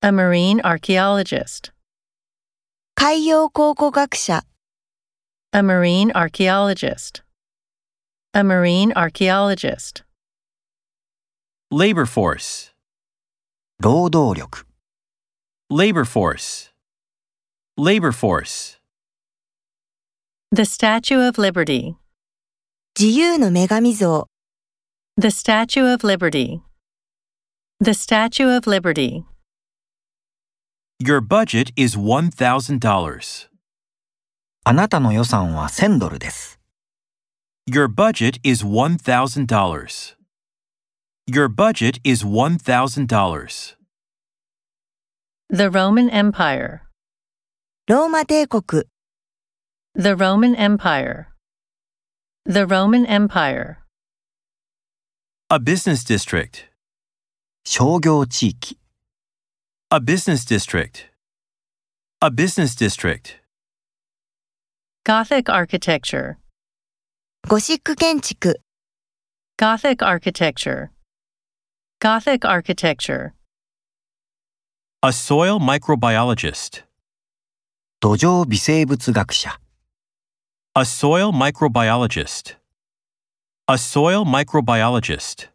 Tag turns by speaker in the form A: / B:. A: a marine archaeologist,
B: 海洋考古学者、
A: a marine archaeologist, a marine archaeologist,
C: labor force,
D: 労働力、
C: labor force, labor force,
A: the Statue of Liberty,
B: 自由の女神像、
A: the Statue of Liberty, the Statue of Liberty,
C: your budget is $1,000.
D: あなたの予算は1000ドルです。
C: Your budget is $1,000. Your budget is $1,000.
A: the Roman Empire,
B: ローマ帝国、
A: the Roman Empire, the Roman Empire.
C: A business district,
D: 商業地域、
C: a business district, a business district,
A: Gothic architecture,
B: ゴシック建築、
A: Gothic architecture, Gothic architecture,
C: a soil microbiologist,
D: 土壌微生物学者、
C: a soil microbiologist, a soil microbiologist.